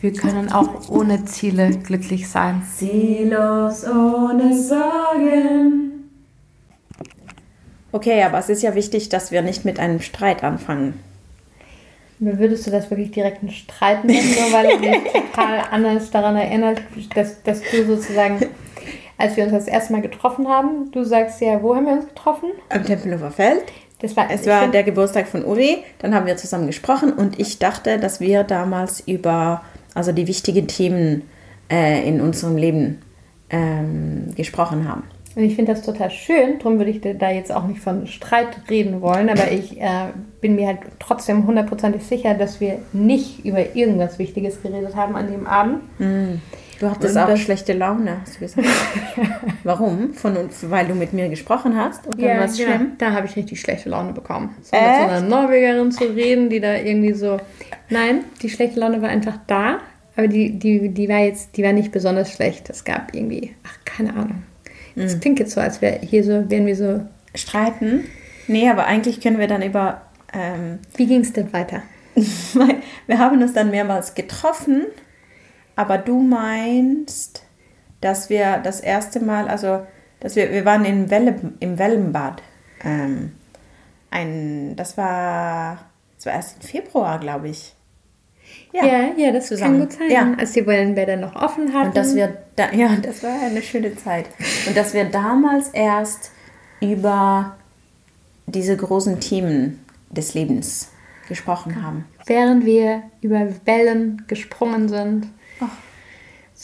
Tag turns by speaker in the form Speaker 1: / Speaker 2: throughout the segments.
Speaker 1: Wir können auch ohne Ziele glücklich sein.
Speaker 2: Ziellos ohne Sorgen.
Speaker 3: Okay, aber es ist ja wichtig, dass wir nicht mit einem Streit anfangen.
Speaker 4: Würdest du das wirklich direkt einen Streit nennen, nur weil du mich total anders daran erinnert, dass, dass du sozusagen, als wir uns das erste Mal getroffen haben, du sagst ja, wo haben wir uns getroffen?
Speaker 3: Am Tempelhofer Feld.
Speaker 4: Das war,
Speaker 3: Es
Speaker 4: ich
Speaker 3: war
Speaker 4: find-
Speaker 3: der Geburtstag von Uri, dann haben wir zusammen gesprochen und ich dachte, dass wir damals über also die wichtigen Themen äh, in unserem Leben ähm, gesprochen haben.
Speaker 4: Und ich finde das total schön, darum würde ich dir da jetzt auch nicht von Streit reden wollen, aber ich äh, bin mir halt trotzdem hundertprozentig sicher, dass wir nicht über irgendwas Wichtiges geredet haben an dem Abend.
Speaker 3: Du hattest
Speaker 4: Und
Speaker 3: auch
Speaker 4: das-
Speaker 3: schlechte Laune, hast du gesagt. Warum? Von, uns- weil du mit mir gesprochen hast und dann war es schlimm.
Speaker 4: Da habe ich richtig schlechte Laune bekommen. So mit so einer Norwegerin zu reden, die da irgendwie so. Nein, die schlechte Laune war einfach da, aber die, die, die war jetzt, die war nicht besonders schlecht. Es gab irgendwie, ach, keine Ahnung. Das
Speaker 3: Hm.
Speaker 4: klingt jetzt so, als wär hier so, wären wir so.
Speaker 3: Streiten? Nee, aber eigentlich können wir dann über. Ähm,
Speaker 4: Wie ging es denn weiter?
Speaker 3: weil wir haben uns dann mehrmals getroffen, aber du meinst, dass wir das erste Mal, also dass wir, wir waren in Welle, im Wellenbad. Ähm, ein, das war, das war erst im Februar, glaube ich.
Speaker 4: Ja, ja, das
Speaker 3: zusammen.
Speaker 4: kann gut sein.
Speaker 3: Ja.
Speaker 4: Als die Wellenbäder noch offen hatten.
Speaker 3: Und dass wir da, ja, das war eine schöne Zeit. Und dass wir damals erst über diese großen Themen des Lebens gesprochen haben.
Speaker 4: während wir über Wellen gesprungen sind.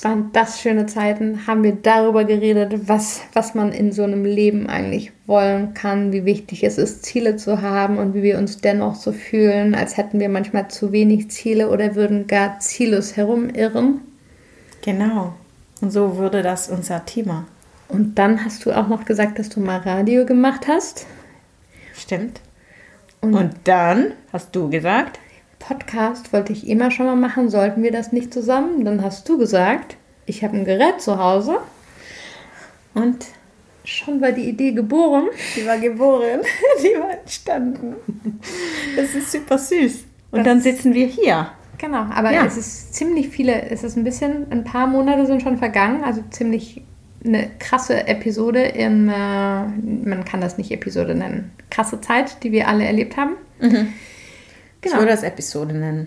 Speaker 4: Waren das schöne Zeiten? Haben wir darüber geredet, was, was man in so einem Leben eigentlich wollen kann, wie wichtig es ist, Ziele zu haben und wie wir uns dennoch so fühlen, als hätten wir manchmal zu wenig Ziele oder würden gar ziellos herumirren.
Speaker 3: Genau. Und so wurde das unser Thema.
Speaker 4: Und dann hast du auch noch gesagt, dass du mal Radio gemacht hast.
Speaker 3: Stimmt.
Speaker 4: Und-
Speaker 3: Und dann hast du gesagt,
Speaker 4: Podcast wollte ich immer schon mal machen, sollten wir das nicht zusammen? Dann hast du gesagt, ich habe ein Gerät zu Hause.
Speaker 3: und
Speaker 4: Schon war die Idee geboren.
Speaker 3: die war geboren, die war entstanden. Das ist super süß. Und dann sitzen wir hier.
Speaker 4: Genau, aber
Speaker 3: Ja.
Speaker 4: es ist ziemlich viele, es ist ein bisschen, ein paar Monate sind schon vergangen, also ziemlich eine krasse Episode im, äh, man kann das nicht Episode nennen, krasse Zeit, die wir alle erlebt haben.
Speaker 3: Genau. Ich würde das Episode nennen.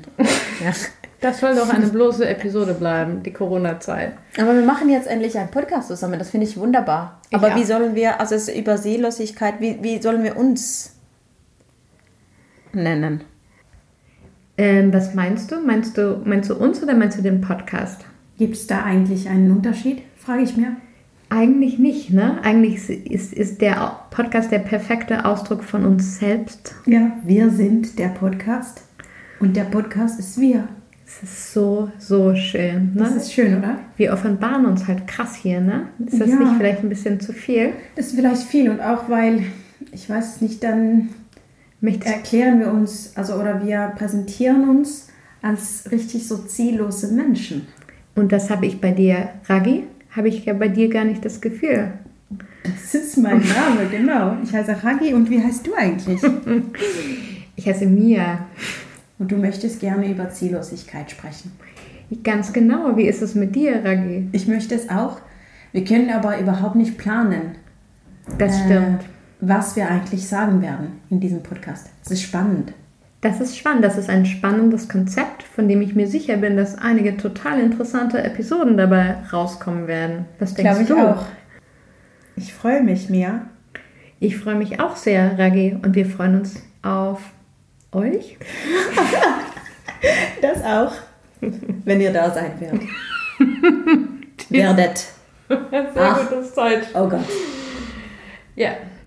Speaker 3: ja.
Speaker 4: Das soll doch eine bloße Episode bleiben, die Corona-Zeit.
Speaker 3: Aber wir machen jetzt endlich einen Podcast zusammen. Das finde ich wunderbar.
Speaker 4: Ich
Speaker 3: Aber
Speaker 4: auch.
Speaker 3: wie sollen wir, also es ist über Seelosigkeit, wie, wie sollen wir uns nennen?
Speaker 4: Ähm, was meinst du? Meinst du, meinst du uns oder meinst du den Podcast?
Speaker 2: Gibt es da eigentlich einen Unterschied? Frage ich mir.
Speaker 4: Eigentlich nicht, ne? Eigentlich ist- ist, ist der Podcast der perfekte Ausdruck von uns selbst.
Speaker 2: Ja, wir sind der Podcast und der Podcast ist wir.
Speaker 4: Es ist so, so schön. Ne?
Speaker 2: Das ist schön, oder?
Speaker 4: Wir offenbaren uns halt krass hier, ne? Ist das
Speaker 2: Ja.
Speaker 4: nicht vielleicht ein bisschen zu viel?
Speaker 2: Das ist vielleicht viel und auch weil, ich weiß es nicht, dann
Speaker 4: Mich
Speaker 2: erklären wir uns, also oder wir präsentieren uns als richtig so ziellose Menschen.
Speaker 4: und das habe ich bei dir, Ragi, habe ich ja bei dir gar nicht das Gefühl.
Speaker 2: Das ist mein Name, genau. Ich heiße Hagi und wie heißt du eigentlich?
Speaker 4: Ich heiße Mia.
Speaker 2: Und du möchtest gerne über Ziellosigkeit sprechen.
Speaker 4: Ganz genau, wie ist es mit dir, Ragi?
Speaker 2: Ich möchte es auch. Wir können aber überhaupt nicht planen,
Speaker 4: Das
Speaker 2: äh,
Speaker 4: stimmt.
Speaker 2: was wir eigentlich sagen werden in diesem Podcast. Es ist spannend.
Speaker 4: Das ist spannend, das ist ein spannendes Konzept, von dem ich mir sicher bin, dass einige total interessante Episoden dabei rauskommen werden. Was denkst
Speaker 2: Glaube ich
Speaker 4: du?
Speaker 2: auch. Ich freue mich, Mia.
Speaker 4: Ich freue mich auch sehr, Ragi, und wir freuen uns auf euch.
Speaker 3: Das auch. Wenn ihr da sein werdet. werdet.
Speaker 4: Sehr gutes Deutsch.
Speaker 3: Oh Gott.
Speaker 4: Ja.